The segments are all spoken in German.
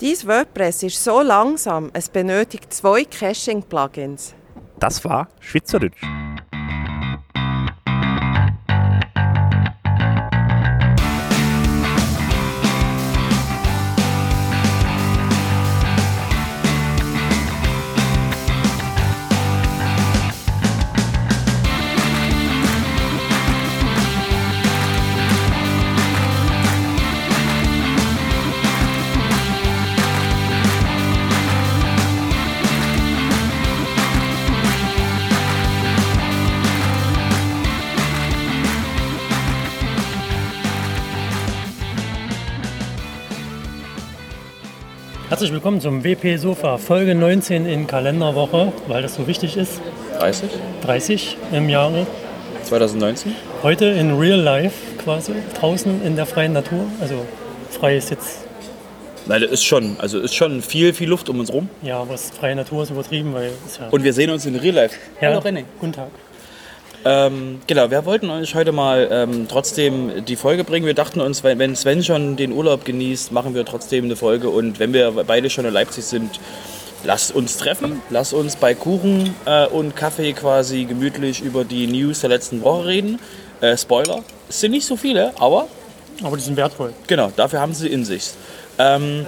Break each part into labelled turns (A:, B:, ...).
A: Dein WordPress ist so langsam, es benötigt zwei Caching-Plugins.
B: Das war Schweizerdeutsch.
C: Herzlich willkommen zum WP Sofa, Folge 19 in Kalenderwoche, weil das so wichtig ist,
D: 30?
C: 30 im Jahre.
D: 2019?
C: Heute in Real Life quasi, draußen in der freien Natur. Also frei ist jetzt,
D: Nein, das ist schon. Also ist schon viel, viel Luft um uns rum.
C: ja, aber es- freie Natur ist übertrieben, weil es ja...
D: Und wir sehen uns in Real Life.
C: ja,
D: Hallo René.
C: Guten Tag.
D: Ähm, genau, wir wollten euch heute mal ähm, trotzdem die Folge bringen. Wir dachten uns, wenn wenn Sven schon den Urlaub genießt, machen wir trotzdem eine Folge. Und wenn wir beide schon in Leipzig sind, lasst uns treffen. Lasst uns bei Kuchen äh, und Kaffee quasi gemütlich über die News der letzten Woche reden. Äh, Spoiler, es sind nicht so viele, aber
C: Aber die sind wertvoll.
D: Genau, dafür haben sie in sich. Ähm,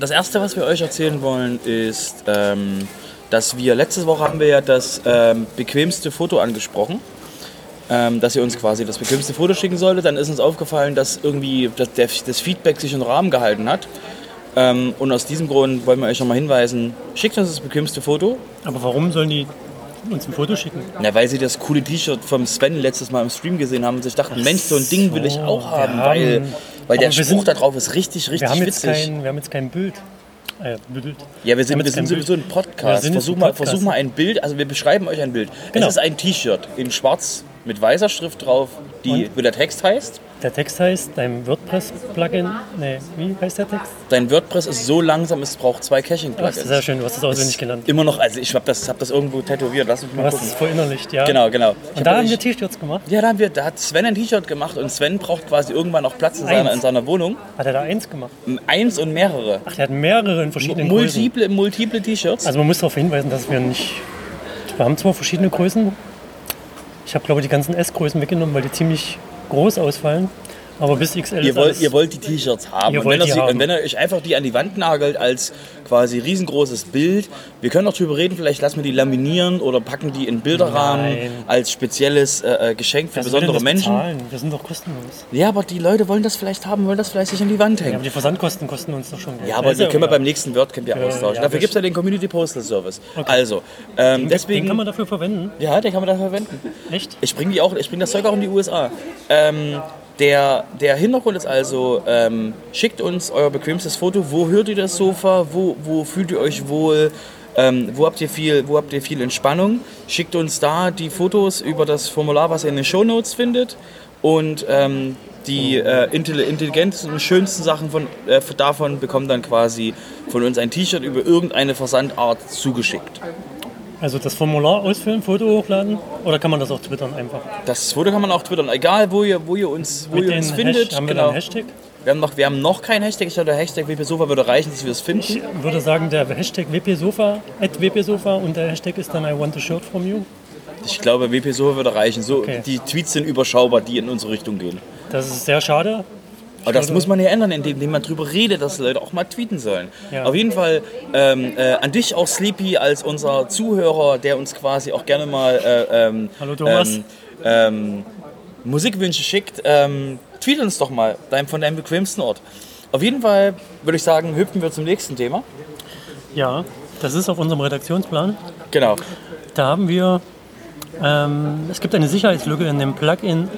D: das erste, was wir euch erzählen wollen, ist, ähm, dass wir letzte Woche haben wir ja das ähm, bequemste Foto angesprochen. Ähm, dass ihr uns quasi das bequemste Foto schicken solltet. Dann ist uns aufgefallen, dass irgendwie das, der, das Feedback sich in Rahmen gehalten hat. Ähm, und aus diesem Grund wollen wir euch nochmal hinweisen, schickt uns das bequemste Foto.
C: Aber warum sollen die uns ein Foto schicken?
D: Na, weil sie das coole T-Shirt vom Sven letztes Mal im Stream gesehen haben und sich dachten, Mensch, so ein Ding will ich
C: so,
D: auch
C: wir
D: haben,
C: haben-
D: weil, weil der
C: Aber wir
D: Spruch
C: sind-
D: da drauf ist richtig, richtig
C: Wir haben, jetzt
D: witzig.
C: kein, wir haben jetzt kein Bild. Äh, Bild.
D: Ja, wir sind,
C: Damit
D: wir sind
C: kein Bild.
D: sowieso ein Podcast.
C: Wir sind jetzt
D: versuch,
C: ein
D: mal,
C: Podcast.
D: versuch mal ein Bild, also wir beschreiben euch ein Bild.
C: Genau.
D: Es ist ein T-Shirt in schwarz mit weißer Schrift drauf, die, wie der Text heißt.
C: Der Text heißt, dein WordPress-Plugin, nee, wie heißt der Text?
D: Dein WordPress ist so langsam, es braucht zwei
C: Das ist sehr
D: Caching-Plugens.
C: schön, du hast es auswendig genannt.
D: Immer noch, also ich hab das, hab das irgendwo tätowiert, lass mich
C: Du
D: mal
C: hast
D: gucken.
C: es verinnerlicht, ja.
D: Genau, genau. Ich
C: Und da haben
D: ich-
C: wir T-Shirts gemacht.
D: ja, da, haben wir, da hat Sven ein T-Shirt gemacht und Sven braucht quasi irgendwann noch Platz in seiner,
C: Eins.
D: in seiner Wohnung.
C: Hat er da eins gemacht?
D: Eins und mehrere.
C: Ach, der hat mehrere in verschiedenen Größen.
D: Multiple, multiple T-Shirts.
C: Also man muss darauf hinweisen, dass wir nicht... Wir haben zwar verschiedene Größen. Ich habe, glaube ich, die ganzen S-Größen weggenommen, weil die ziemlich groß ausfallen. Aber bis XL
D: Ihr
C: ist
D: wollt,
C: alles-
D: ihr wollt die T-Shirts haben.
C: Ihr
D: und,
C: wollt
D: wenn ihr
C: die
D: sie,
C: haben.
D: und wenn ihr euch einfach die an die Wand nagelt als quasi riesengroßes Bild, wir können auch drüber reden, vielleicht lassen wir die laminieren oder packen die in Bilderrahmen
C: Nein.
D: als spezielles äh, äh, Geschenk für
C: Wer soll denn
D: besondere
C: das
D: Menschen.
C: Bezahlen? Wir sind doch kostenlos.
D: Ja, aber die Leute wollen das vielleicht haben, wollen das vielleicht sich an die Wand
C: Ja,
D: hängen.
C: aber die Versandkosten kosten uns doch schon Geld.
D: Ja, aber
C: Ist
D: die können wir
C: egal.
D: beim nächsten WordCamp ja,
C: Ja,
D: austauschen.
C: ja,
D: Dafür
C: das-
D: gibt es ja den Community Postal Service. Also, ähm,
C: Den
D: deswegen.
C: kann man dafür verwenden.
D: ja, den kann man da verwenden.
C: Echt?
D: Ich bringe die auch, ich bring das Zeug auch in die USA. Ähm, der, der Hintergrund ist also, ähm, schickt uns euer bequemstes Foto. Wo hört ihr das Sofa? Wo, wo fühlt ihr euch wohl? Ähm, wo, habt ihr viel, wo habt ihr viel Entspannung? Schickt uns da die Fotos über das Formular, was ihr in den Shownotes findet. Und ähm, die äh, intelli- intelligentesten und schönsten Sachen von, äh, davon bekommen dann quasi von uns ein T-Shirt über irgendeine Versandart zugeschickt.
C: Also das Formular ausfüllen, Foto hochladen oder kann man das auch twittern einfach?
D: Das Foto kann man auch twittern, egal wo ihr, wo ihr uns, wo ihr uns
C: den
D: findet.
C: Hash,
D: genau.
C: haben wir da einen Hashtag?
D: Wir haben noch, wir haben noch keinen Hashtag. Ich glaube, der Hashtag WP Sofa würde reichen, dass wir es finden.
C: Ich würde sagen, der Hashtag WPSofa, at WPSofa und der Hashtag ist dann I want a shirt from you.
D: Ich glaube, WP Sofa würde reichen. So,
C: Okay.
D: Die Tweets sind überschaubar, die in unsere Richtung gehen.
C: Das ist sehr schade.
D: Aber das
C: würde-
D: muss man ja ändern, indem indem man drüber redet, dass Leute auch mal tweeten sollen.
C: Ja.
D: Auf jeden Fall ähm, äh, an dich auch Sleepy als unser Zuhörer, der uns quasi auch gerne mal äh, ähm,
C: Hallo Thomas.
D: ähm, ähm, Musikwünsche schickt. Ähm, tweet uns doch mal dein, von deinem bequemsten Ort. Auf jeden Fall würde ich sagen, hüpfen wir zum nächsten Thema.
C: Ja, das ist auf unserem Redaktionsplan.
D: Genau.
C: Da haben wir, ähm, es gibt eine Sicherheitslücke in dem Plugin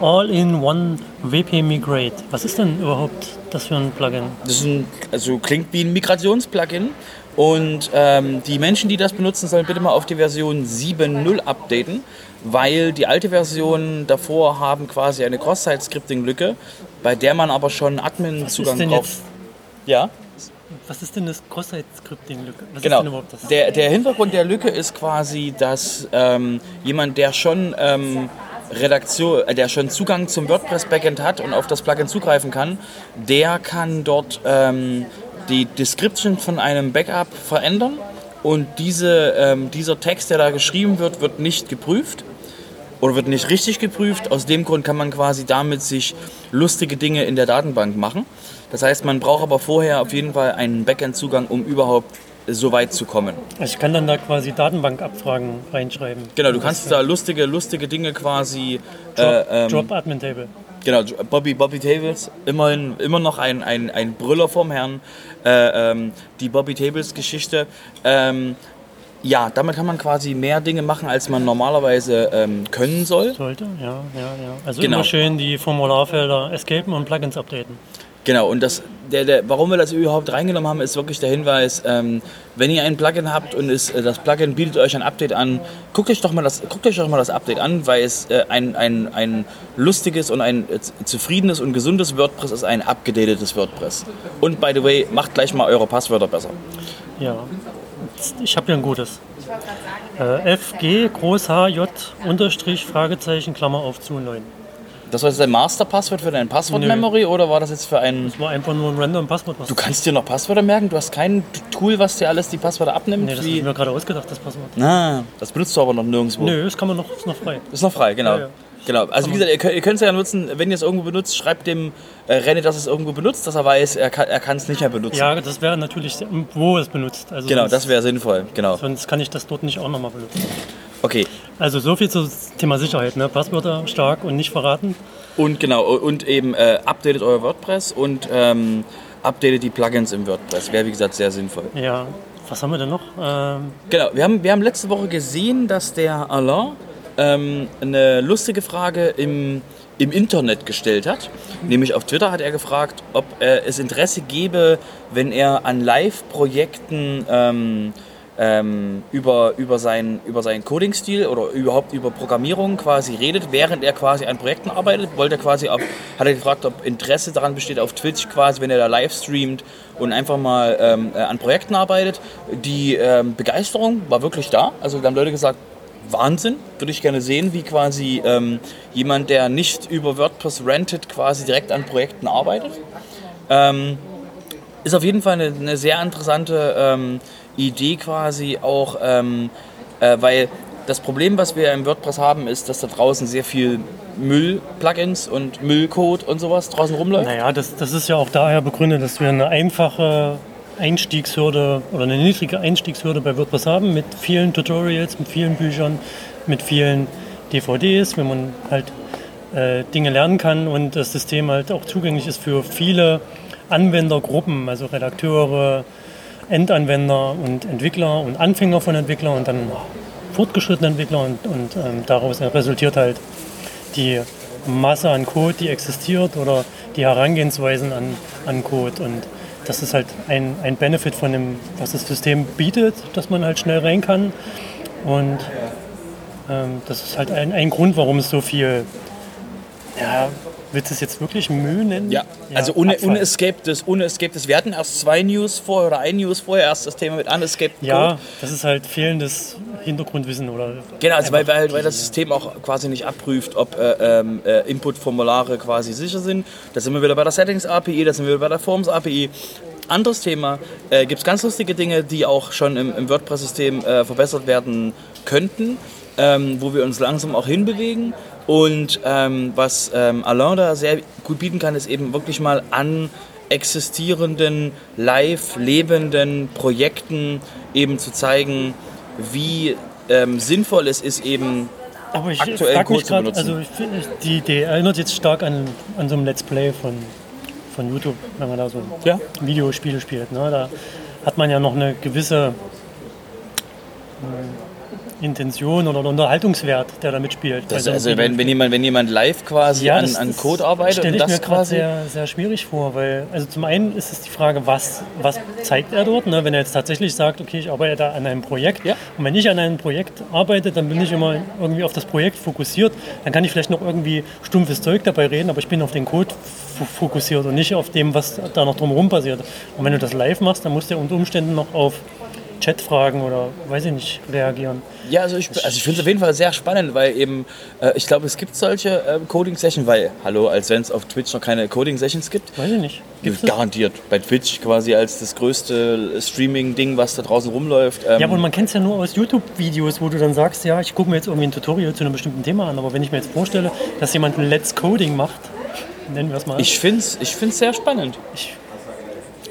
C: All-in-One WP Migrate. Was ist denn überhaupt das für ein Plugin?
D: Das ist ein, also klingt wie ein Migrations-Plugin. Und ähm, die Menschen, die das benutzen, sollen bitte mal auf die Version 7.0 updaten, weil die alte Version davor haben quasi eine Cross-Site-Scripting-Lücke, bei der man aber schon
C: Was ist
D: Admin-Zugang
C: denn
D: braucht.
C: jetzt,
D: Ja,
C: was ist denn das Cross-Site-Scripting-Lücke? Was ist denn
D: genau.
C: überhaupt das?
D: Der, der Hintergrund der Lücke ist quasi, dass ähm, jemand, der schon ähm, Redaktion, äh, der schon Zugang zum WordPress-Backend hat und auf das Plugin zugreifen kann, der kann dort ähm, die Description von einem Backup verändern und diese, ähm, dieser Text, der da geschrieben wird, wird nicht geprüft oder wird nicht richtig geprüft. Aus dem Grund kann man quasi damit sich lustige Dinge in der Datenbank machen. Das heißt, man braucht aber vorher auf jeden Fall einen Backend-Zugang, um überhaupt so weit zu kommen.
C: Also ich kann dann da quasi Datenbankabfragen reinschreiben.
D: Genau, du kannst da lustige, lustige Dinge quasi.
C: Drop,
D: äh, ähm,
C: Drop Admin Table.
D: Genau, Bobby, Bobby Tables, immerhin immer noch ein, ein, ein Brüller vom Herrn. Äh, ähm, die Bobby Tables Geschichte. Ähm, ja, damit kann man quasi mehr Dinge machen, als man normalerweise ähm, können soll.
C: Sollte, ja, ja, ja. Also
D: Genau.
C: immer schön die Formularfelder escapen und Plugins updaten.
D: Genau, und das, der, der, warum wir das überhaupt reingenommen haben, ist wirklich der Hinweis, ähm, wenn ihr ein Plugin habt und es, äh, das Plugin bietet euch ein Update an, guckt euch doch mal das, guckt euch doch mal das Update an, weil es äh, ein, ein, ein lustiges und ein äh, z- zufriedenes und gesundes WordPress ist ein abgedatetes WordPress. Und by the way, macht gleich mal eure Passwörter besser.
C: Ja. Ich habe hier ein gutes. Äh, FG groß HJ unterstrich Fragezeichen Klammer auf zu 9.
D: Das war jetzt dein Masterpasswort für dein Passwort-Memory oder war das jetzt für einen.
C: Das war einfach nur ein random Passwort. Was
D: Du kannst dir noch Passwörter merken? Du hast kein Tool, was dir alles die Passwörter abnimmt?
C: nee, das habe
D: wie,
C: ich mir gerade ausgedacht, das Passwort.
D: ah, das benutzt du aber noch nirgendwo.
C: Nö, das kann man noch, ist noch frei.
D: Ist noch frei, genau.
C: Ja, ja.
D: Genau. Also wie gesagt, ihr könnt, ihr könnt es ja nutzen, wenn ihr es irgendwo benutzt, schreibt dem äh, René, dass es irgendwo benutzt, dass er weiß, er kann er kann es nicht mehr benutzen.
C: Ja, das wäre natürlich, sehr- wo es benutzt. Also
D: Genau,
C: sonst,
D: das wäre sinnvoll. Genau.
C: Sonst kann ich das dort nicht auch nochmal benutzen.
D: Okay.
C: Also so viel zum Thema Sicherheit. Ne? Passwörter stark und nicht verraten.
D: Und genau, und eben äh, updatet euer WordPress und ähm, updatet die Plugins im WordPress. Wäre wie gesagt sehr sinnvoll.
C: Ja, was haben wir denn noch? Ähm,
D: Genau, wir haben, wir haben letzte Woche gesehen, dass der Alain ähm, eine lustige Frage im, im Internet gestellt hat. Nämlich auf Twitter hat er gefragt, ob äh, es Interesse gäbe, wenn er an Live-Projekten ähm, ähm, über, über, seinen, über seinen Coding-Stil oder überhaupt über Programmierung quasi redet, während er quasi an Projekten arbeitet. Wollte er quasi, ob, hat er gefragt, ob Interesse daran besteht auf Twitch quasi, wenn er da live streamt und einfach mal ähm, äh, an Projekten arbeitet. Die ähm, Begeisterung war wirklich da. Also da haben Leute gesagt, Wahnsinn, würde ich gerne sehen, wie quasi ähm, jemand, der nicht über WordPress rentet, quasi direkt an Projekten arbeitet. Ähm, ist auf jeden Fall eine, eine sehr interessante ähm, Idee quasi auch, ähm, äh, weil das Problem, was wir im WordPress haben, ist, dass da draußen sehr viel Müll-Plugins und Müllcode und sowas draußen rumläuft.
C: naja, das, das ist ja auch daher begründet, dass wir eine einfache Einstiegshürde oder eine niedrige Einstiegshürde bei WordPress haben mit vielen Tutorials, mit vielen Büchern, mit vielen DVDs, wenn man halt äh, Dinge lernen kann und das System halt auch zugänglich ist für viele Anwendergruppen, also Redakteure, Endanwender und Entwickler und Anfänger von Entwicklern und dann fortgeschrittene Entwickler und, und ähm, daraus resultiert halt die Masse an Code, die existiert oder die Herangehensweisen an, an Code. Und das ist halt ein, ein Benefit von dem, was das System bietet, dass man halt schnell rein kann. Und ähm, das ist halt ein, ein Grund, warum es so viel, ja, willst du es jetzt wirklich Mühe nennen?
D: Ja, also ohne,
C: Abfall.
D: ohne Escape des, ohne Escape des. Wir hatten erst zwei News vorher oder ein News vorher, erst das Thema mit Unescaped Code.
C: Ja, das ist halt fehlendes Hintergrundwissen oder
D: Genau, also weil,
C: Einfach
D: weil, weil das System auch quasi nicht abprüft, ob äh, ähm, äh, Input-Formulare quasi sicher sind. Da sind wir wieder bei der Settings-API, da sind wir wieder bei der Forms-API. Anderes Thema, äh, gibt es ganz lustige Dinge, die auch schon im, im WordPress-System äh, verbessert werden könnten, ähm, wo wir uns langsam auch hinbewegen. Und ähm, was ähm, Alain da sehr gut bieten kann, ist eben wirklich mal an existierenden, live lebenden Projekten eben zu zeigen, wie ähm, sinnvoll es ist eben.
C: Aber ich
D: aktuell
C: frag mich
D: Code zu
C: grad,
D: benutzen.
C: also ich, find, die Idee erinnert jetzt stark an, an so ein Let's Play von, von YouTube, wenn man da so
D: Ja.
C: Videospiele spielt. Ne? Da hat man ja noch eine gewisse äh, Intention oder einen Unterhaltungswert, der da mitspielt.
D: Also, also wenn, wenn, jemand, wenn jemand live quasi
C: ja,
D: an,
C: das-
D: an
C: das
D: Code arbeitet
C: stelle
D: und
C: ich mir
D: das
C: gerade
D: quasi.
C: sehr, sehr schwierig vor, weil also zum einen ist es die Frage, was, was zeigt er dort, ne? wenn er jetzt tatsächlich sagt, okay, ich arbeite da an einem Projekt
D: Ja.
C: und wenn ich an einem Projekt arbeite, dann bin ich immer irgendwie auf das Projekt fokussiert, dann kann ich vielleicht noch irgendwie stumpfes Zeug dabei reden, aber ich bin auf den Code f- fokussiert und nicht auf dem, was da noch drumherum passiert. Und wenn du das live machst, dann musst du ja unter Umständen noch auf Chatfragen oder weiß ich nicht reagieren.
D: Ja, also ich, also ich finde es auf jeden Fall sehr spannend, weil eben, äh, ich glaube, es gibt solche ähm, Coding-Sessions, weil, hallo, als wenn es auf Twitch noch keine Coding-Sessions gibt.
C: Weiß ich nicht. Gibt's das?
D: Garantiert. Bei Twitch quasi als das größte äh, Streaming-Ding, was da draußen rumläuft. Ähm,
C: Ja, aber man kennt es ja nur aus YouTube-Videos, wo du dann sagst, ja, ich gucke mir jetzt irgendwie ein Tutorial zu einem bestimmten Thema an. Aber wenn ich mir jetzt vorstelle, dass jemand ein Let's Coding macht, nennen wir es mal,
D: ich finde es ich find's sehr spannend.
C: Ich-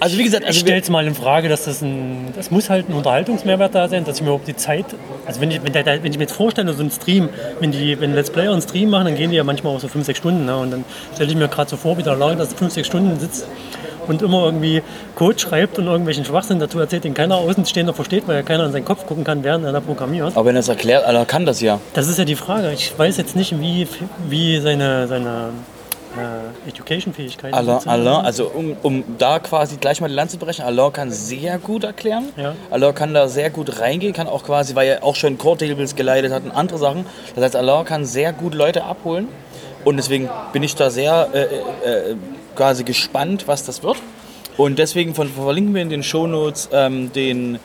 D: also wie gesagt, also
C: ich
D: wir-
C: stelle es mal in Frage, dass das ein, das muss halt ein Unterhaltungsmehrwert da sein, dass ich mir überhaupt die Zeit, also wenn ich, wenn, der, wenn ich mir jetzt vorstelle, so ein Stream, wenn die, wenn Let's Player einen Stream machen, dann gehen die ja manchmal auch so 5, 6 Stunden, ne? und dann stelle ich mir gerade so vor, wie der Lang, dass 5, 6 Stunden sitzt und immer irgendwie Code schreibt und irgendwelchen Schwachsinn dazu erzählt, den keiner Außenstehender versteht, weil ja keiner in seinen Kopf gucken kann, während er da programmiert.
D: aber wenn er es erklärt, also er kann das ja.
C: Das ist ja die Frage. Ich weiß jetzt nicht, wie, wie seine, seine äh, Education-Fähigkeiten
D: Alain,
C: sind.
D: Alain, also um, um da quasi gleich mal die Lanze zu brechen, Alain kann sehr gut erklären.
C: Ja.
D: Alain kann da sehr gut reingehen, kann auch quasi, weil er auch schon Core-Tables geleitet hat und andere Sachen. Das heißt, Alain kann sehr gut Leute abholen. Und deswegen bin ich da sehr äh, äh, quasi gespannt, was das wird. Und deswegen von, verlinken wir in den Shownotes ähm, den,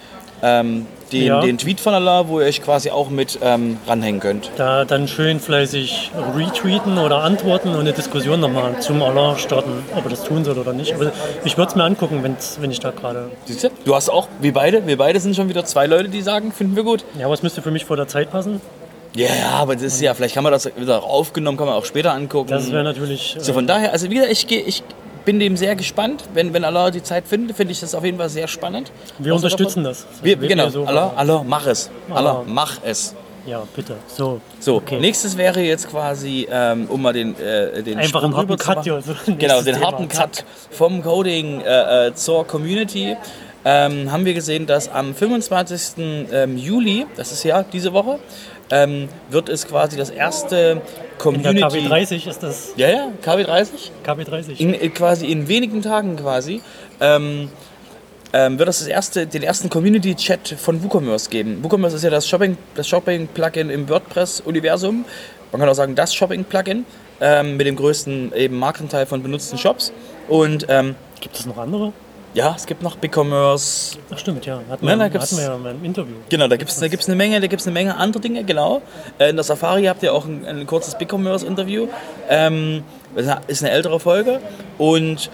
D: ähm, den,
C: Ja.
D: den Tweet von Alain, wo ihr euch quasi auch mit ähm, ranhängen könnt.
C: Da dann schön fleißig retweeten oder antworten und eine Diskussion nochmal zum Alain starten, ob er das tun soll oder nicht. Aber ich würde es mir angucken, wenn's, wenn ich da gerade.
D: Siehst du? Du hast auch, wir beide, wir beide sind schon wieder zwei Leute, die sagen, finden wir gut.
C: Ja, aber es müsste für mich vor der Zeit passen.
D: Ja, ja, aber das ist ja, vielleicht kann man das wieder aufgenommen, kann man auch später angucken.
C: Das wäre natürlich. Äh,
D: Mhm. so von daher, also wie gesagt, ich, geh- ich bin dem sehr gespannt. Wenn, wenn Allah die Zeit findet, finde ich das auf jeden Fall sehr spannend.
C: wir
D: Was
C: unterstützen
D: davon-
C: das.
D: Also Wir,
C: Wenn
D: genau,
C: so-
D: Allah, Allah, mach es. Allah,
C: Allah.
D: mach es.
C: Ja, bitte. So.
D: So,
C: Okay.
D: nächstes wäre jetzt quasi, ähm, um mal den, äh, den
C: Einfach einen harten
D: Sprung rüber zu
C: Cut,
D: machen.
C: ja, so,
D: Genau,
C: nächstes
D: den
C: Thema.
D: harten
C: Zack.
D: Cut vom Coding äh, äh, zur Community. Ähm, haben wir gesehen, dass am 25. Ähm, Juli, das ist ja diese Woche, ähm, wird es quasi das erste
C: In der
D: Community.
C: KW30 ist das.
D: Ja, ja, KW30.
C: KW30.
D: In, äh, quasi in wenigen Tagen quasi. Ähm, ähm, wird es das erste, den ersten Community-Chat von WooCommerce geben. WooCommerce ist ja das Shopping- das Shopping-Plugin im WordPress-Universum. Man kann auch sagen, das Shopping-Plugin ähm, mit dem größten eben Marktanteil von benutzten Shops. Und ähm,
C: Gibt es noch andere?
D: ja, es gibt noch BigCommerce.
C: Ach, stimmt, ja. Hatten
D: Nein,
C: wir,
D: da gibt's-
C: hatten wir ja im Interview.
D: Genau, da gibt es da gibt's eine Menge, da gibt's eine Menge andere Dinge, genau. Äh, In der Safari habt ihr auch ein, ein kurzes BigCommerce-Interview. Ähm, das ist eine ältere Folge. Und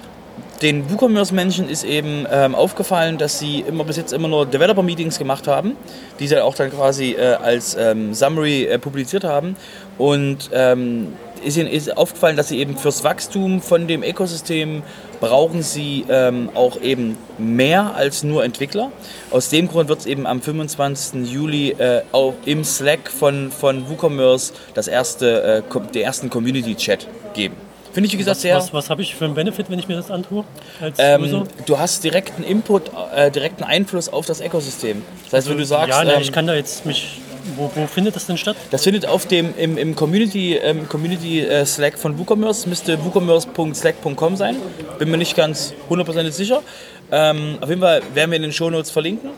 D: den WooCommerce-Menschen ist eben ähm, aufgefallen, dass sie immer bis jetzt immer nur Developer-Meetings gemacht haben, die sie auch dann quasi äh, als ähm, Summary äh, publiziert haben. Und ähm, ist ihnen ist aufgefallen, dass sie eben fürs Wachstum von dem Ökosystem brauchen sie ähm, auch eben mehr als nur Entwickler. Aus dem Grund wird es eben am 25. Juli äh, auch im Slack von, von WooCommerce das erste, äh, Com- den ersten Community-Chat geben. Finde ich, wie gesagt,
C: Was,
D: sehr...
C: was, was habe ich für einen Benefit, wenn ich mir das antue? Als User?
D: Ähm, du hast direkten Input, äh, direkten Einfluss auf das Ökosystem. Das heißt, wenn du sagst,
C: ja, ne, ich
D: ähm,
C: kann da jetzt mich. Wo, wo findet das denn statt?
D: das findet auf dem im, im Community ähm, Community äh, Slack von WooCommerce, müsste woocommerce.slack.com sein. Bin mir nicht ganz hundertprozentig sicher. Ähm, auf jeden Fall werden wir in den Shownotes verlinken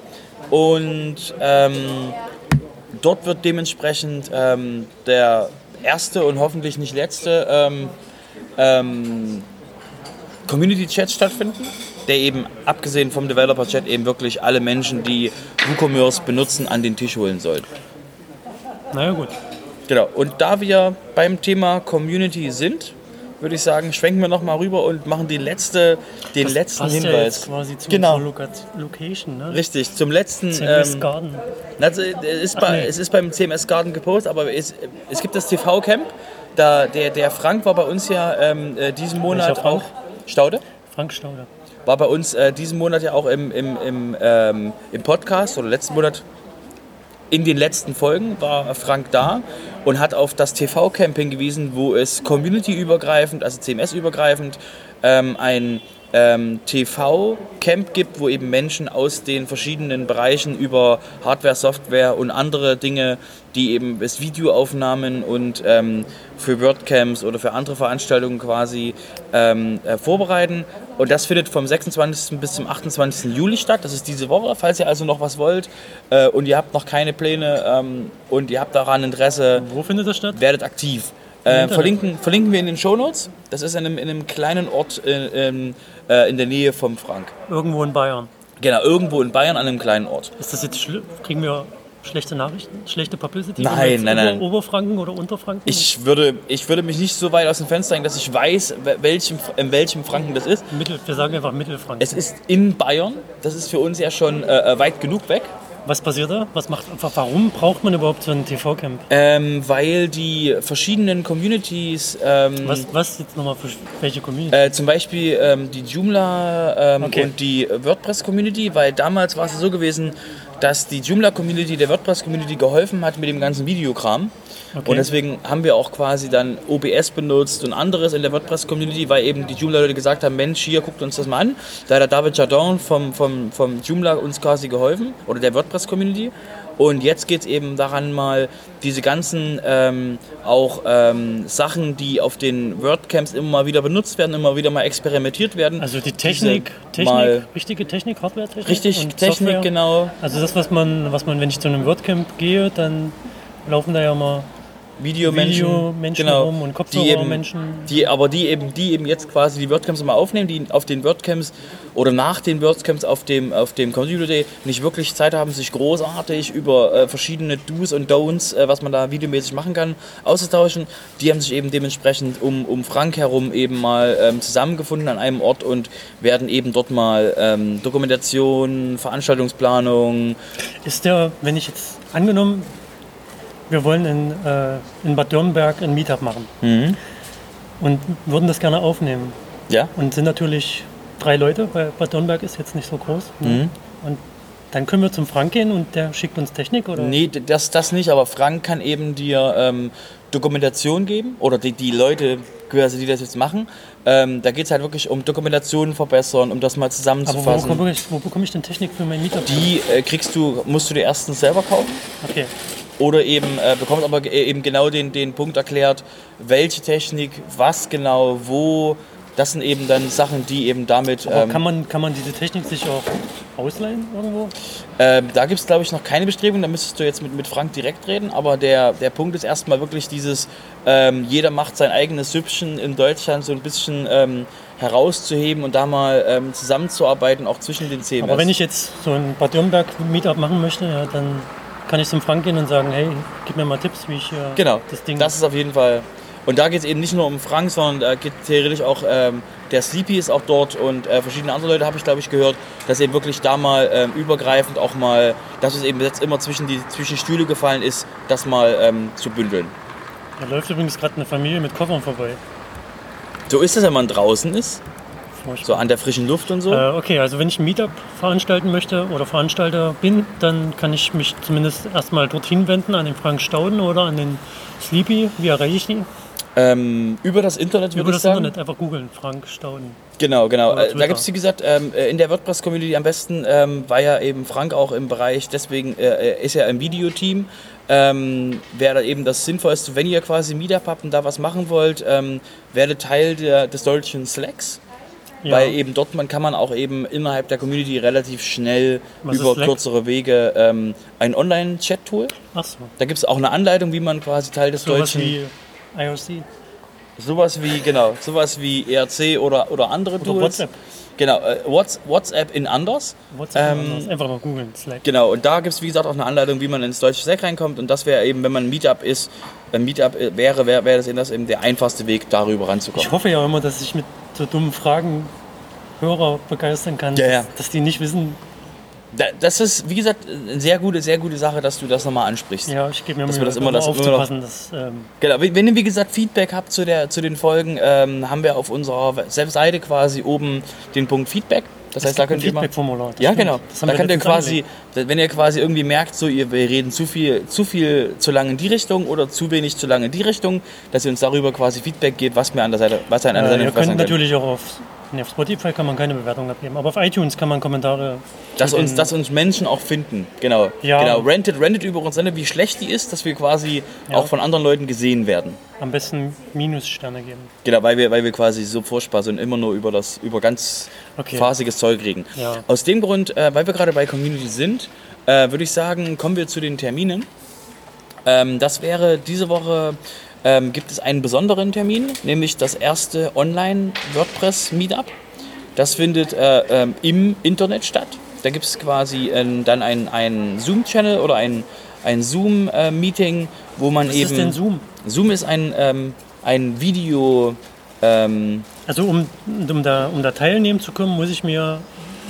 D: und ähm, dort wird dementsprechend ähm, der erste und hoffentlich nicht letzte ähm, ähm, Community-Chat stattfinden, der eben abgesehen vom Developer-Chat eben wirklich alle Menschen, die WooCommerce benutzen, an den Tisch holen soll.
C: Na ja, gut.
D: Genau, und da wir beim Thema Community sind, würde ich sagen, schwenken wir nochmal rüber und machen die letzte, den letzten
C: passt Ja jetzt
D: Hinweis.
C: quasi zu
D: Genau.
C: genau. Loca Location, ne?
D: Richtig, zum letzten.
C: CMS
D: Ähm,
C: Garden.
D: na, es ist bei,
C: nee.
D: Es ist beim CMS Garden gepostet, aber es, es gibt das TV-Camp. Da, der, der Frank war bei uns ja ähm, äh, diesen Monat
C: Frank?
D: auch. Staude?
C: Frank Stauder.
D: War bei uns äh, diesen Monat ja auch im, im, im, ähm, im Podcast oder letzten Monat in den letzten Folgen war Frank da und hat auf das TV-Camp hingewiesen, wo es community-übergreifend, also CMS-übergreifend, ähm, ein ähm, TV-Camp gibt, wo eben Menschen aus den verschiedenen Bereichen über Hardware, Software und andere Dinge, die eben bis Videoaufnahmen und ähm, für WordCamps oder für andere Veranstaltungen quasi ähm, äh, vorbereiten. Und das findet vom 26. bis zum 28. Juli statt. Das ist diese Woche. Falls ihr also noch was wollt äh, und ihr habt noch keine Pläne ähm, und ihr habt daran Interesse,
C: Wo findet das statt?
D: werdet aktiv. Äh,
C: Internet.
D: verlinken, verlinken wir in den Shownotes. Das ist in einem, in einem kleinen Ort äh, ähm, äh, in der Nähe vom Frank.
C: Irgendwo in Bayern.
D: Genau, irgendwo in Bayern an einem kleinen Ort.
C: Ist das jetzt schlimm? Kriegen wir schlechte Nachrichten, schlechte Publicity?
D: Nein,
C: Wenn wir jetzt
D: nein,
C: Ober-
D: nein.
C: Oberfranken oder Unterfranken?
D: Ich würde, ich würde mich nicht so weit aus dem Fenster hängen, dass ich weiß, wel- welchem, in welchem Franken das ist.
C: Mittel, wir sagen einfach Mittelfranken.
D: Es ist in Bayern. Das ist für uns ja schon äh, äh, weit genug weg.
C: Was passiert da? Was macht, warum braucht man überhaupt so ein TV-Camp?
D: Ähm, weil die verschiedenen Communities, ähm,
C: Was, was jetzt nochmal für welche Community?
D: äh, zum Beispiel ähm, die Joomla ähm,
C: Okay.
D: und die WordPress-Community, weil damals war es so gewesen, dass die Joomla-Community der WordPress-Community geholfen hat mit dem ganzen Videokram.
C: Okay.
D: Und deswegen haben wir auch quasi dann OBS benutzt und anderes in der WordPress-Community, weil eben die Joomla-Leute gesagt haben, Mensch, hier, guckt uns das mal an. Da hat der David Jardin vom, vom, vom Joomla uns quasi geholfen, oder der WordPress-Community. Und jetzt geht es eben daran mal, diese ganzen ähm, auch ähm, Sachen, die auf den WordCamps immer mal wieder benutzt werden, immer wieder mal experimentiert werden.
C: also die
D: diese
C: Technik, Technik
D: mal-
C: richtige Technik, Hardware-Technik?
D: Richtig,
C: und
D: Technik,
C: Software?
D: genau.
C: Also das, was man, was man, wenn ich zu einem WordCamp gehe, dann laufen da ja mal
D: Videomenschen,
C: Videomenschen
D: genau,
C: rum und
D: die eben,
C: Kopfhörermenschen.
D: die, aber die eben, die eben jetzt quasi die WordCamps immer aufnehmen, die auf den WordCamps oder nach den WordCamps auf dem, auf dem Computer Day nicht wirklich Zeit haben, sich großartig über äh, verschiedene Do's und Don'ts, äh, was man da videomäßig machen kann, auszutauschen. Die haben sich eben dementsprechend um, um Frank herum eben mal ähm, zusammengefunden an einem Ort und werden eben dort mal ähm, Dokumentation, Veranstaltungsplanung,
C: Ist der, wenn ich jetzt angenommen, wir wollen in, äh, in Bad Dürnberg ein Meetup machen und würden das gerne aufnehmen
D: ja,
C: und sind natürlich drei Leute, weil Bad Dürnberg ist jetzt nicht so groß.
D: Mhm.
C: ne? Und dann können wir zum Frank gehen und der schickt uns Technik oder?
D: Nee, d- das, das nicht, aber Frank kann eben dir ähm, Dokumentation geben oder die, die Leute, quasi, die das jetzt machen. Ähm, da geht es halt wirklich um Dokumentationen verbessern, um das mal
C: Aber wo
D: zusammenzufassen.
C: bekomme, ich, wo bekomme ich denn Technik für mein Meetup?
D: Die äh, kriegst du, musst du dir erstens selber kaufen
C: Okay.
D: oder eben äh, bekommst aber ge- eben genau den, den Punkt erklärt, welche Technik, was genau, wo. Das sind eben dann Sachen, die eben damit.
C: Aber
D: ähm,
C: kann, man, kann man diese Technik sich auch ausleihen irgendwo?
D: Ähm, da gibt es, glaube ich, noch keine Bestrebung, da müsstest du jetzt mit, mit Frank direkt reden, aber der, der Punkt ist erstmal wirklich dieses, ähm, jeder macht sein eigenes Süppchen in Deutschland so ein bisschen ähm, herauszuheben und da mal ähm, zusammenzuarbeiten, auch zwischen den CMS.
C: Aber wenn ich jetzt so ein Bad Dürnberg Meetup machen möchte, ja, dann kann ich zum Frank gehen und sagen, hey, gib mir mal Tipps, wie ich äh,
D: genau,
C: das Ding.
D: das ist auf jeden Fall. Und da geht es eben nicht nur um Frank, sondern da geht theoretisch auch, ähm, der Sleepy ist auch dort und äh, verschiedene andere Leute habe ich, glaube ich, gehört, dass eben wirklich da mal ähm, übergreifend auch mal, dass es eben jetzt immer zwischen die zwischen Stühle gefallen ist, das mal ähm, zu bündeln.
C: da läuft übrigens gerade eine Familie mit Koffern vorbei.
D: So ist es, wenn man draußen ist,
C: Furchtbar.
D: so an der frischen Luft und so.
C: Äh, okay, also wenn ich ein Meetup veranstalten möchte oder Veranstalter bin, dann kann ich mich zumindest erstmal dorthin wenden, an den Frank Stauden oder an den Sleepy. Wie erreiche ich die?
D: Ähm, über das Internet würde
C: Über
D: ich
C: das
D: sagen.
C: Internet einfach googeln, Frank Stauden.
D: Genau, genau.
C: Oder
D: Äh, da
C: Twitter.
D: gibt es, wie gesagt, ähm, äh, in der WordPress-Community am besten, ähm, war ja eben Frank auch im Bereich, deswegen äh, äh, ist er im Videoteam. Ähm, wäre da eben das Sinnvollste, wenn ihr quasi Meetup habt und da was machen wollt, ähm, werdet Teil der, des deutschen Slacks.
C: Ja.
D: Weil eben dort man kann man auch eben innerhalb der Community relativ schnell
C: Was ist
D: über
C: Slack?
D: kürzere Wege ähm, ein Online-Chat-Tool.
C: Ach so,
D: Da gibt es auch eine Anleitung, wie man quasi Teil des
C: sowas
D: deutschen
C: wie IRC
D: Sowas wie, genau, sowas wie ERC oder, oder andere
C: oder
D: Tools.
C: WhatsApp.
D: Genau, äh, Whats- WhatsApp in anders.
C: WhatsApp
D: Ähm,
C: ähm, einfach mal googeln, Slack.
D: Genau, und da gibt es wie gesagt auch eine Anleitung, wie man ins deutsche Slack reinkommt. Und das wäre eben, wenn man ein Meetup ist, ein Meetup äh, wäre, wäre wäre das eben, das eben der einfachste Weg, darüber ranzukommen.
C: Ich hoffe ja immer, dass ich mit so dummen Fragen Hörer begeistern kann,
D: Ja, ja.
C: Dass, dass die nicht wissen.
D: Da- Das ist, wie gesagt, eine sehr gute, sehr gute Sache, dass du das nochmal ansprichst.
C: Ja, ich gebe mir
D: Dass
C: Mühe,
D: wir das immer- dass wir immer noch-
C: aufzupassen. Dass, ähm,
D: Genau, wenn wenn ihr wie gesagt Feedback habt zu, der, zu den Folgen, ähm, haben wir auf unserer We- Seite quasi oben den Punkt Feedback. Das heißt, da könnt ihr immer.
C: Feedback-Formular. das
D: Ja,
C: stimmt.
D: genau.
C: Das haben
D: Da
C: wir
D: könnt ihr
C: letztens
D: quasi, wenn ihr quasi irgendwie merkt, so ihr, wir reden zu viel, zu viel, zu lange in die Richtung oder zu wenig, zu lange in die Richtung, dass ihr uns darüber quasi Feedback gebt, was wir an der Seite, was ihr an der
C: angelegt.
D: Seite
C: Äh, ihr
D: verbessern genau.
C: könnt
D: könnt.
C: natürlich auch auf, nee, auf Spotify kann man keine Bewertung abgeben, aber auf iTunes kann man Kommentare.
D: Dass
C: zu
D: uns,
C: den-
D: dass uns Menschen auch finden. Genau.
C: Ja.
D: Genau. Rentet, rentet über uns, rentet, wie schlecht die ist, dass wir quasi
C: Ja.
D: auch von anderen Leuten gesehen werden.
C: am besten Minussterne geben.
D: Genau, weil wir, weil wir quasi so furchtbar sind, immer nur über das, über ganz
C: Okay.
D: phasiges Zeug reden.
C: Ja.
D: Aus dem Grund, äh, weil wir gerade bei Community sind, äh, würde ich sagen, kommen wir zu den Terminen. Ähm, das wäre diese Woche. Ähm, gibt es einen besonderen Termin, nämlich das erste Online-WordPress-Meetup. Das findet äh, ähm, im Internet statt. Da gibt es quasi ähm, dann einen, einen Zoom-Channel oder ein, ein Zoom-Meeting, wo man
C: Was
D: eben.
C: ist denn Zoom?
D: Zoom ist ein, ähm, ein Video. Ähm,
C: Also um, um, da, um da teilnehmen zu können, muss ich mir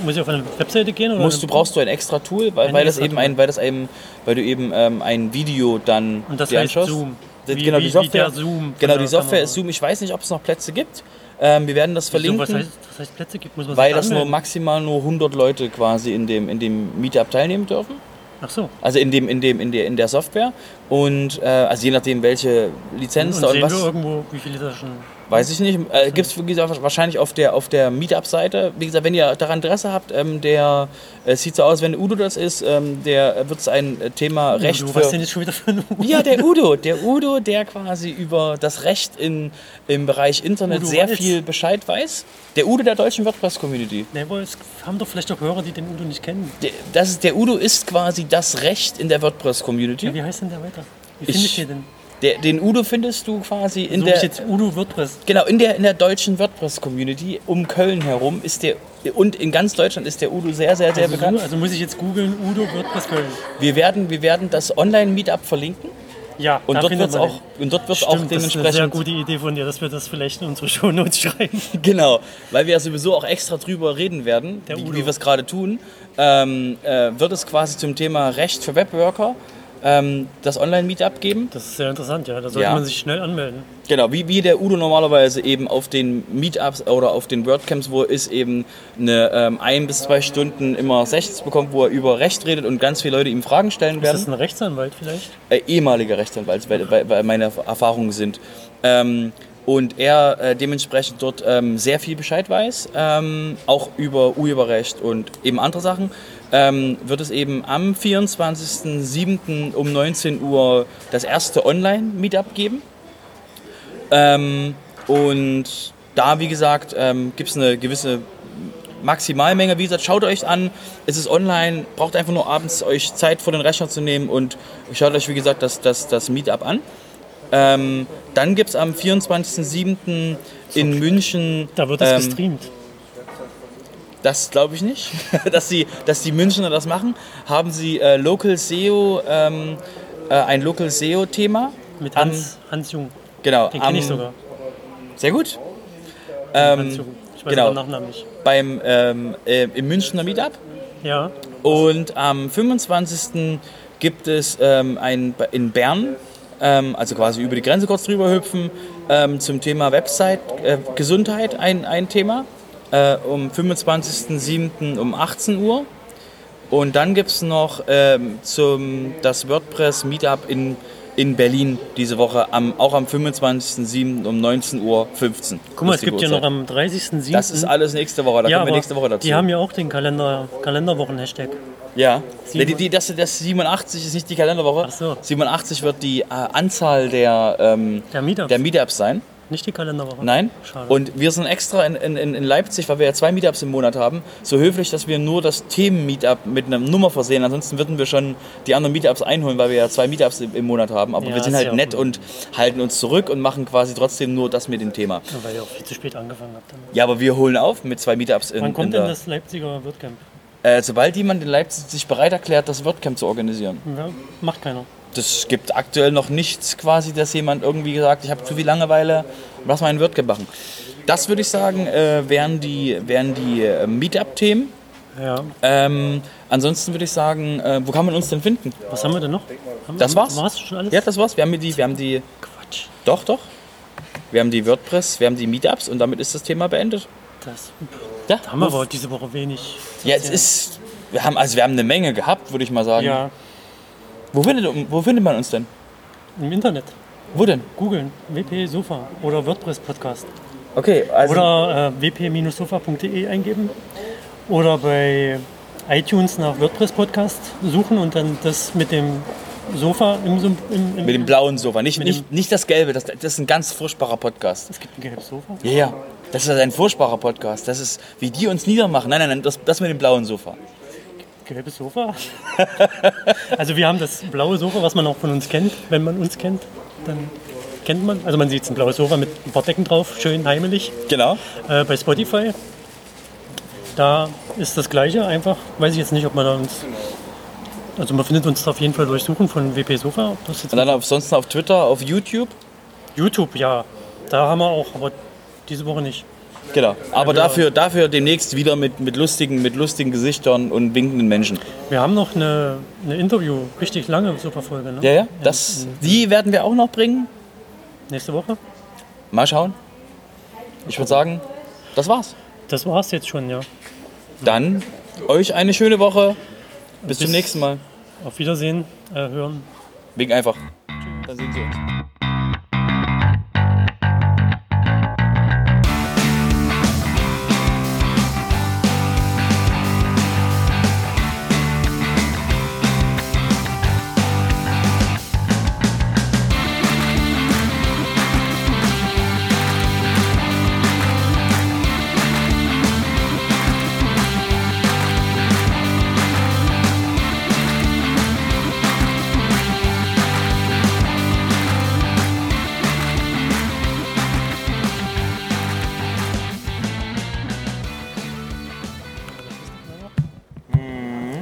C: muss ich auf eine Webseite gehen? Oder
D: musst du brauchst du ein extra Tool, weil,
C: Ein
D: weil das
C: extra
D: eben
C: Tool.
D: ein, weil das eben, weil du eben ähm, ein Video dann
C: Und das
D: dir
C: heißt
D: anschaust.
C: Zoom.
D: Das-
C: Wie-
D: genau,
C: wie-
D: die
C: wie
D: Software,
C: der Zoom von
D: genau,
C: der
D: die Software
C: Kamera.
D: ist Zoom. Ich weiß nicht, ob es noch Plätze gibt. Ähm, wir werden das
C: Wieso,
D: verlinken.
C: was heißt, was heißt Plätze gibt, muss man sich
D: Weil das nur
C: anmelden?
D: maximal nur 100 Leute quasi in dem, in dem Meetup teilnehmen dürfen.
C: Ach so.
D: Also in, dem, in, dem, in, der, in der Software. Und äh, also je nachdem, welche
C: Und
D: Lizenz da und
C: sehen
D: was.
C: wir irgendwo, wie viele da schon.
D: Weiß ich nicht. Äh, Gibt es, wie gesagt, wahrscheinlich auf der, auf der Meetup-Seite. Wie gesagt, wenn ihr daran Interesse habt, ähm, der, es sieht so aus, wenn Udo das ist, ähm, der wird es ein äh, Thema Recht
C: du,
D: für...
C: was denn jetzt schon wieder für ein
D: Ja, der Udo, der Udo, der quasi über das Recht in, im Bereich Internet
C: Udo
D: sehr
C: Walz.
D: viel Bescheid weiß. Der Udo der deutschen WordPress-Community.
C: Ne, aber es haben doch vielleicht auch Hörer, die den Udo nicht kennen.
D: Der- Das ist, der Udo ist quasi das Recht in der WordPress-Community.
C: Ja, wie heißt denn der weiter? Wie
D: Ich-
C: finde ich den denn?
D: Der- Den Udo findest du quasi in
C: Suche
D: der
C: ich jetzt Udo WordPress.
D: genau in der in der deutschen WordPress-Community um Köln herum ist der und in ganz Deutschland ist der Udo sehr sehr sehr
C: Also,
D: bekannt.
C: also muss ich jetzt googeln Udo WordPress Köln.
D: Wir werden wir werden das Online-Meetup verlinken
C: Ja,
D: und
C: da
D: dort
C: findet
D: wird's
C: man
D: auch und dort wird
C: den.
D: auch
C: Stimmt, das ist eine sehr
D: dementsprechend
C: gute Idee von dir, dass wir das vielleicht in unsere Shownotes schreiben.
D: genau, weil wir ja sowieso auch extra drüber reden werden,
C: Der
D: wie,
C: Udo.
D: wie wir es gerade tun. Ähm, äh, wird es quasi zum Thema Recht für Webworker ähm, das Online-Meetup geben?
C: Das ist sehr interessant, ja. Da sollte
D: Ja.
C: man sich schnell anmelden.
D: Genau, wie, wie der Udo normalerweise eben auf den Meetups oder auf den WordCamps, wo er ist, eben eine ähm, ein bis zwei Stunden immer Sessions bekommt, wo er über Recht redet und ganz viele Leute ihm Fragen stellen
C: Ist das
D: werden.
C: ein Rechtsanwalt vielleicht?
D: Äh, ehemaliger Rechtsanwalt, weil, weil, weil meine Erfahrungen sind. Ähm, und er äh, dementsprechend dort ähm, sehr viel Bescheid weiß, ähm, auch über Urheberrecht und eben andere Sachen, ähm, wird es eben am 24.07. um 19 Uhr das erste Online-Meetup geben. Ähm, und da, wie gesagt, ähm, gibt es eine gewisse Maximalmenge. Wie gesagt, schaut euch an. Es ist online. Braucht einfach nur abends euch Zeit vor den Rechner zu nehmen und schaut euch, wie gesagt, das, das, das Meetup an. Ähm, dann gibt es am 24.07. in München.
C: Da wird das
D: ähm,
C: gestreamt.
D: Das glaube ich nicht. dass, die, dass die Münchner das machen. Haben sie äh, Local SEO, ähm, äh, ein Local SEO-Thema.
C: Mit
D: am-
C: Hans, Hans Jung.
D: Genau.
C: Den
D: am-
C: kenne ich sogar.
D: Sehr gut.
C: Hans
D: Ähm,
C: Jung. Ich weiß
D: genau.
C: aber den Nachnamen nicht.
D: beim, ähm, äh, im Münchner Meetup.
C: Ja.
D: Und am 25. gibt es ähm, ein, in Bern, ähm, also quasi über die Grenze kurz drüber hüpfen, ähm, zum Thema Website, äh, Gesundheit ein, ein Thema. Äh, um 25.07. um 18 Uhr. Und dann gibt es noch ähm, zum, das WordPress Meetup in, in Berlin diese Woche, am, auch am 25.07. um 19.15 Uhr.
C: Guck mal, es gibt ja noch am 30.07.
D: Das ist alles nächste Woche, da
C: ja,
D: kommen wir
C: aber
D: nächste Woche dazu.
C: Die haben ja auch den Kalender, Kalenderwochen-Hashtag.
D: Ja,
C: Sieben-
D: die, die, das, das 87 ist nicht die Kalenderwoche.
C: Ach so.
D: 87 wird die äh, Anzahl der, ähm,
C: Der Meetup.
D: der Meetups sein.
C: nicht die Kalenderwoche.
D: Nein.
C: Schade.
D: Und wir sind extra in, in, in in Leipzig, weil wir ja zwei Meetups im Monat haben, so höflich, dass wir nur das Themen-Meetup mit einer Nummer versehen. Ansonsten würden wir schon die anderen Meetups einholen, weil wir ja zwei Meetups im, im Monat haben. Aber
C: Ja,
D: wir sind
C: ist
D: halt
C: ja auch
D: nett
C: ein-
D: und halten uns zurück und machen quasi trotzdem nur das mit dem Thema.
C: Ja, Weil ihr auch viel zu spät angefangen habt. damit.
D: Ja, aber wir holen auf mit zwei Meetups in,
C: Wann
D: in
C: kommt
D: der,
C: denn das Leipziger WordCamp?
D: Äh, sobald jemand in Leipzig sich bereit erklärt, das WordCamp zu organisieren.
C: Ja, macht keiner.
D: Das gibt aktuell noch nichts quasi, dass jemand irgendwie sagt, ich habe zu viel Langeweile, lass mal einen WordCamp machen. Das würde ich sagen, äh, wären die, wären die äh, Meetup-Themen.
C: Ja.
D: Ähm, ansonsten würde ich sagen, äh, wo kann man uns denn finden?
C: Was haben wir denn noch? Haben,
D: Das war's?
C: War's schon alles?
D: Ja, das war's. Wir haben hier die, wir haben die,
C: Quatsch.
D: doch, doch. Wir haben die WordPress, wir haben die Meetups und damit ist das Thema beendet.
C: Das
D: Ja,
C: haben wir aber diese Woche wenig. zu
D: Ja, es
C: erzählen.
D: ist, wir haben, also wir haben eine Menge gehabt, würde ich mal sagen.
C: Ja,
D: Wo, findet, wo findet man uns denn?
C: im Internet.
D: Wo denn?
C: Googeln. WP Sofa oder WordPress Podcast.
D: Okay, also.
C: Oder äh, wp-sofa.de E eingeben. Oder bei iTunes nach WordPress Podcast suchen und dann das mit dem Sofa im, Sum- im, im
D: Mit dem blauen Sofa, nicht,
C: Mit dem-
D: nicht, nicht das gelbe, das, das ist ein ganz furchtbarer Podcast.
C: Es gibt ein gelbes Sofa.
D: Ja, ja, das ist ein furchtbarer Podcast. Das ist, wie die uns niedermachen. Nein, nein, nein, das, das mit dem blauen Sofa.
C: Gelbes Sofa. also wir haben das blaue Sofa, was man auch von uns kennt. Wenn man uns kennt, dann kennt man. Also man sieht ein blaues Sofa mit ein paar Decken drauf, schön heimelig.
D: Genau.
C: Äh, bei Spotify. Äh, Da ist das Gleiche einfach. Weiß ich jetzt nicht, ob man da uns. Also man findet uns da auf jeden Fall durchsuchen von WP Sofa. Ob das jetzt
D: Und dann ansonsten auf Twitter, auf YouTube.
C: YouTube, ja. Da haben wir auch, aber diese Woche nicht.
D: Genau. Aber dafür, dafür demnächst wieder mit, mit, lustigen, mit lustigen Gesichtern und winkenden Menschen.
C: Wir haben noch eine, eine Interview, richtig lange Superfolge, ne?
D: Ja, ja. Das, die werden wir auch noch bringen.
C: Nächste Woche.
D: Mal schauen. Ich würde sagen, das war's.
C: Das war's jetzt schon, ja.
D: Dann euch eine schöne Woche. Bis, zum nächsten Mal.
C: Auf Wiedersehen, äh, hören.
D: Wink einfach. Dann sehen Sie uns.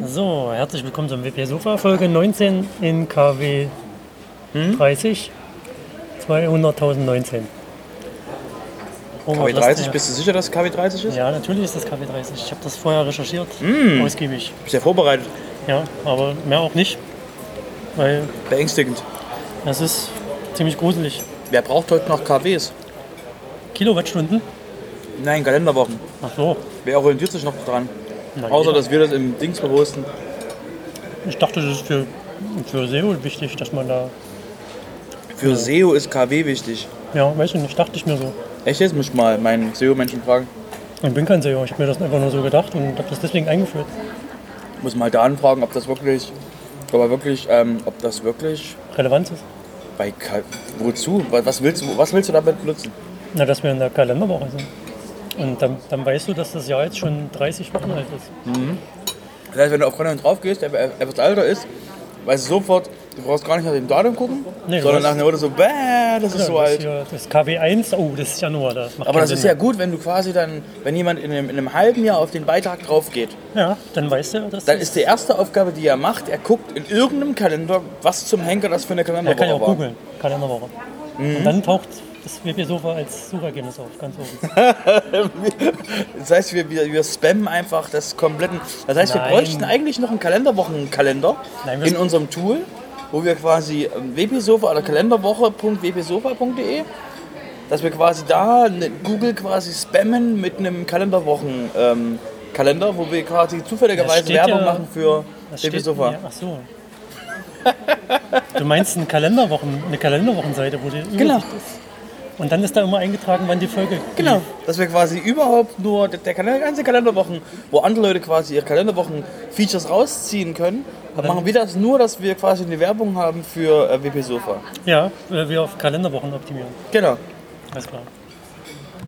C: So, herzlich willkommen zum WP Sofa Folge 19 in KW 30 200.019. Oh,
D: KW 30, bist du sicher, dass KW 30 ist?
C: Ja, natürlich ist das KW 30. Ich habe das vorher recherchiert,
D: Mm.
C: ausgiebig.
D: Bist ja vorbereitet.
C: Ja, aber mehr auch nicht, weil
D: Beängstigend.
C: das ist ziemlich gruselig.
D: Wer braucht heute noch KWs?
C: Kilowattstunden?
D: Nein, Kalenderwochen.
C: Ach so.
D: Wer orientiert sich noch dran?
C: Na,
D: Außer,
C: jeder.
D: dass wir das im Dings posten.
C: ich dachte, das ist für, für SEO wichtig, dass man da.
D: Für SEO ist KW wichtig.
C: Ja, weiß ich nicht, dachte ich mir so.
D: Echt jetzt? Muss ich mal meinen SEO-Menschen fragen.
C: Ich bin kein SEO, ich habe mir das einfach nur so gedacht und habe das deswegen eingeführt.
D: Muss mal da anfragen, ob das wirklich, ob er wirklich, ähm, ob das wirklich
C: Relevanz ist.
D: bei K wozu? Wa- Was willst du, was willst du damit benutzen?
C: Na, dass wir in der Kalenderwoche sind. Und dann, dann weißt du, dass das Jahr jetzt schon 30 Wochen alt ist.
D: Das heißt, wenn du auf Content drauf gehst, der der etwas älter ist, weißt du sofort, du brauchst gar nicht nach dem Datum gucken,
C: Nee, du
D: sondern
C: weißt-
D: nach dem Motto so, bäh, das ist so
C: das, ist hier,
D: alt.
C: das KW1, oh, das ist Januar. Das macht
D: Aber
C: keinen
D: das ist ja
C: Sinn
D: gut, wenn du quasi dann, wenn jemand in einem, in einem halben Jahr auf den Beitrag drauf geht,
C: mehr. Ja, dann weißt du, dass
D: dann ist die erste Aufgabe, die er macht, er guckt in irgendeinem Kalender, was zum Henker das für eine
C: Er kann ja
D: Kalenderwoche
C: auch
D: war.
C: googeln, Kalenderwoche. Und dann taucht das WP-Sofa als Suchergebnis auf, ganz oben.
D: Das heißt, wir, wir, wir spammen einfach das kompletten. Das heißt,
C: Nein.
D: wir bräuchten eigentlich noch einen Kalenderwochenkalender
C: Nein, wir-
D: in unserem Tool, wo wir quasi ähm, wpsofa oder kalenderwoche.wpsofa.de, dass wir quasi da ne- Google quasi spammen mit einem Kalenderwochen ähm, Kalender, wo wir quasi
C: Das
D: zufälligerweise
C: steht
D: Werbung
C: ja-
D: machen für
C: Das steht-
D: wpsofa.
C: Ja, ach so. Du meinst eine, Kalenderwochen, eine Kalenderwochenseite, wo die Übersicht
D: Genau.
C: ist. Und dann ist da immer eingetragen, wann die Folge
D: Genau, dass wir quasi überhaupt nur der, der Kalender- ganze Kalenderwochen, wo andere Leute quasi ihre Kalenderwochen-Features rausziehen können, machen wir das nur, dass wir quasi eine Werbung haben für äh, WP Sofa.
C: Ja, weil wir auf Kalenderwochen optimieren.
D: Genau.
C: Alles klar.